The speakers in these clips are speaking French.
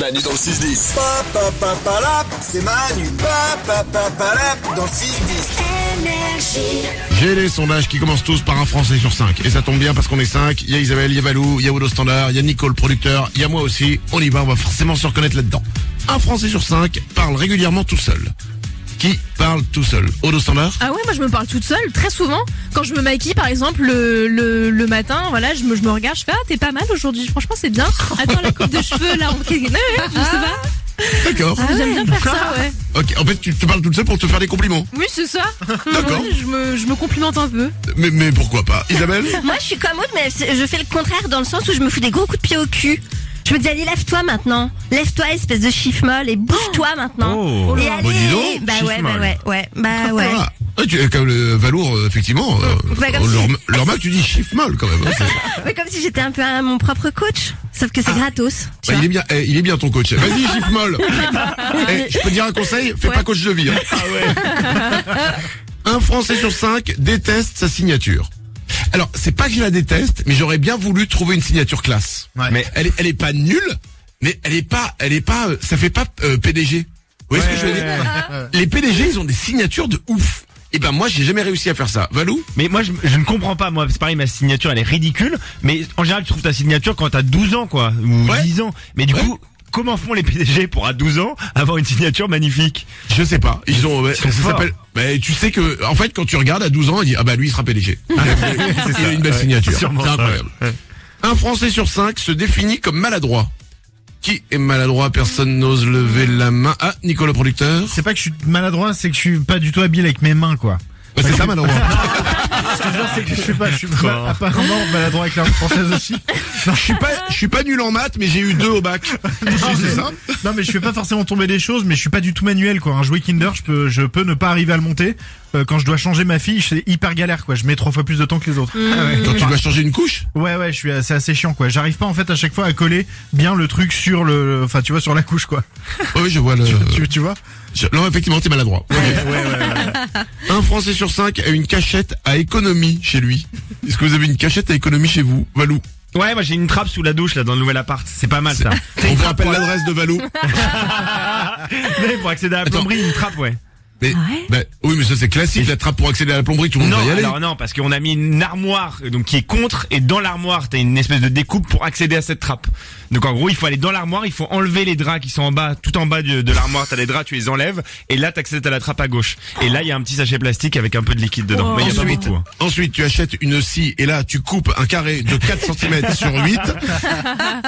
Manu dans le 6-10. Pa, pa, pa, pa, la, c'est Manu. Pa, pa, pa, pa, la, dans le 6-10. J'ai les sondages qui commencent tous par un Français sur 5. Et ça tombe bien parce qu'on est 5. Il y a Isabelle, il y a Valou, il y a Wodo Standard, il y a Nico le producteur, il y a moi aussi. On y va, on va forcément se reconnaître là-dedans. Un Français sur 5 parle régulièrement tout seul. Qui parle tout seul Odo Standard Ah ouais, moi je me parle toute seule très souvent. Quand je me maquille, par exemple, le, le, le matin, voilà, je me, je me regarde, je fais ah t'es pas mal aujourd'hui. Franchement, c'est bien. Attends la coupe de cheveux là, on... Ouais, ouais, je sais pas. D'accord. Ah. J'aime bien faire ça, ouais. Ok, en fait tu te parles toute seule pour te faire des compliments. Oui, c'est ça. D'accord. Ouais, je, me, je me complimente un peu. Mais, mais pourquoi pas Isabelle Moi, je suis comme autre, mais c'est- je fais le contraire dans le sens où je me fous des gros coups de pied au cul. Je me dis, allez, lève-toi maintenant. Lève-toi, espèce de chiffre molle, et bouge-toi maintenant. Oh. et Oh là. allez, Bon, dis donc, bah chiffre ouais, bah molle. ouais, ouais, bah ouais. Ah, ouais, tu, euh, comme le Valour, euh, effectivement. euh, Bah, comme euh, si- leur, leur mec, tu dis chiffre molle quand même. hein, c'est- Ouais, comme si j'étais un peu un- mon propre coach, sauf que c'est gratos. tu Bah, vois. il est bien, eh, il est bien ton coach. Vas-y, chiffre molle. Eh, je peux te dire un conseil, fais pas coach de vie. hein. un Français sur cinq déteste sa signature. Alors, c'est pas que je la déteste, mais j'aurais bien voulu trouver une signature classe. Ouais. Mais elle est, elle est pas nulle, mais elle est pas, elle est pas, euh, ça fait pas euh, PDG. Vous voyez ce que je veux dire Les PDG, ils ont des signatures de ouf. Et ben moi, j'ai jamais réussi à faire ça. Valou Mais moi, je, je ne comprends pas. Moi, c'est pareil, ma signature, elle est ridicule. Mais en général, tu trouves ta signature quand t'as 12 ans, quoi. Ou Ouais. 10 ans. Mais du Ouais. coup, comment font les PDG pour à 12 ans avoir une signature magnifique Je sais pas. Ils ont. ouais, sont ça forts. s'appelle. Mais tu sais que, en fait, quand tu regardes à 12 ans, il dit ah bah lui il sera PDG. Il a- il a une belle signature. C'est Sûrement, incroyable. Un Français sur cinq se définit comme maladroit. Qui est maladroit Personne n'ose lever la main. Ah, Nicolas producteur. C'est pas que je suis maladroit, c'est que je suis pas du tout habile avec mes mains, quoi. Bah, c'est ça maladroit. Ce que je veux dire, Ah, c'est que je suis pas, je suis pas- apparemment maladroit avec la langue française aussi. Non, je suis pas, je suis pas nul en maths, mais j'ai eu deux au bac. c'est ça. non, mais je fais pas forcément tomber des choses, mais je suis pas du tout manuel, quoi. Un jouet Kinder, je peux, je peux ne pas arriver à le monter. Euh, quand je dois changer ma fille, c'est hyper galère, quoi. Je mets trois fois plus de temps que les autres. Quand tu dois changer une couche. Ouais, ouais, je suis, c'est assez chiant, quoi. J'arrive pas, en fait, à chaque fois à coller bien le truc sur le, enfin, tu vois, sur la couche, quoi. Oh, oui, je vois le. Tu, tu vois? Je- Non, effectivement, t'es maladroit. Ok. Un Français sur cinq a une cachette à économie chez lui. Est-ce que vous avez une cachette à économie chez vous, Valou Ouais, moi j'ai une trappe sous la douche là dans le nouvel appart. C'est pas mal ça. On vous rappelle l'adresse de Valou. Ah Mais pour accéder à la Attends. plomberie, une trappe, ouais. Mais, bah, oui, mais ça c'est classique, la trappe pour accéder à la plomberie, tout le monde Non, va y aller. alors non, parce qu'on a mis une armoire donc qui est contre et dans l'armoire t'as une espèce de découpe pour accéder à cette trappe. Donc en gros il faut aller dans l'armoire, il faut enlever les draps qui sont en bas, tout en bas de, de l'armoire t'as les draps, tu les enlèves et là t'accèdes à la trappe à gauche. Et là il y a un petit sachet plastique avec un peu de liquide dedans. Wow. Mais il y a pas Oh. Ensuite, beaucoup. hein. ensuite, tu achètes une scie et là, tu coupes un carré de 4 cm sur 8.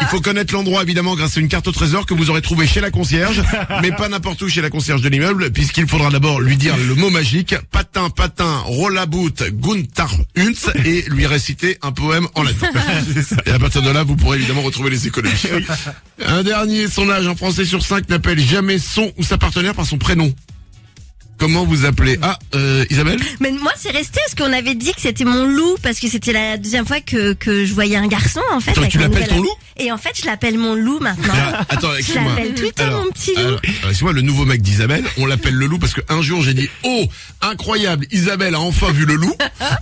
Il faut connaître l'endroit, évidemment, grâce à une carte au trésor que vous aurez trouvée chez la concierge, mais pas n'importe où chez la concierge de l'immeuble, puisqu'il faudra d'abord lui dire le mot magique, patin, patin, rollabout, Gunther Huntz, et lui réciter un poème en latin. Et à partir de là, vous pourrez évidemment retrouver les économies. Un dernier sondage, un Français sur cinq n'appelle jamais son ou sa partenaire par son prénom. Comment vous appelez Ah, euh, Isabelle Mais moi, c'est resté parce qu'on avait dit que c'était mon loup parce que c'était la deuxième fois que, que je voyais un garçon en fait. Attends, avec tu un l'appelles nouvel ton ami. loup Et en fait, je l'appelle mon loup maintenant. Ah, Attends, je excuse-moi. l'appelle tout le temps Alors, mon petit loup. alors, alors, excuse-moi, le nouveau mec d'Isabelle, on l'appelle le loup parce que un jour j'ai dit oh incroyable, Isabelle a enfin vu le loup.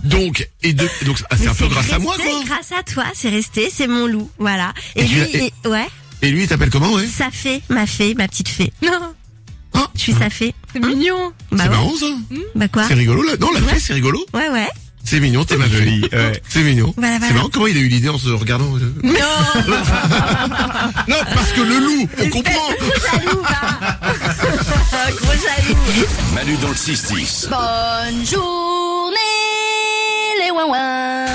Donc et de, et donc ah, c'est Mais un peu grâce à resté moi quoi. Grâce à toi, c'est resté, c'est mon loup, voilà. Et, Et tu lui, l'as- et- il- ouais, Et lui il t'appelle comment ouais sa fée, ma fée, ma petite fée. Non, Je suis sa fée. c'est mignon. Bah C'est ouais, marrant ça. bah quoi C'est rigolo là. Non la fée c'est rigolo. Ouais ouais. C'est mignon t'es ma fée. euh, C'est mignon. Voilà, voilà. C'est marrant comment il a eu l'idée en se regardant. euh. Non, Non parce que le loup on comprend. jaloux va. Gros jaloux. Manu dans le 6-10. Bonne journée, les ouin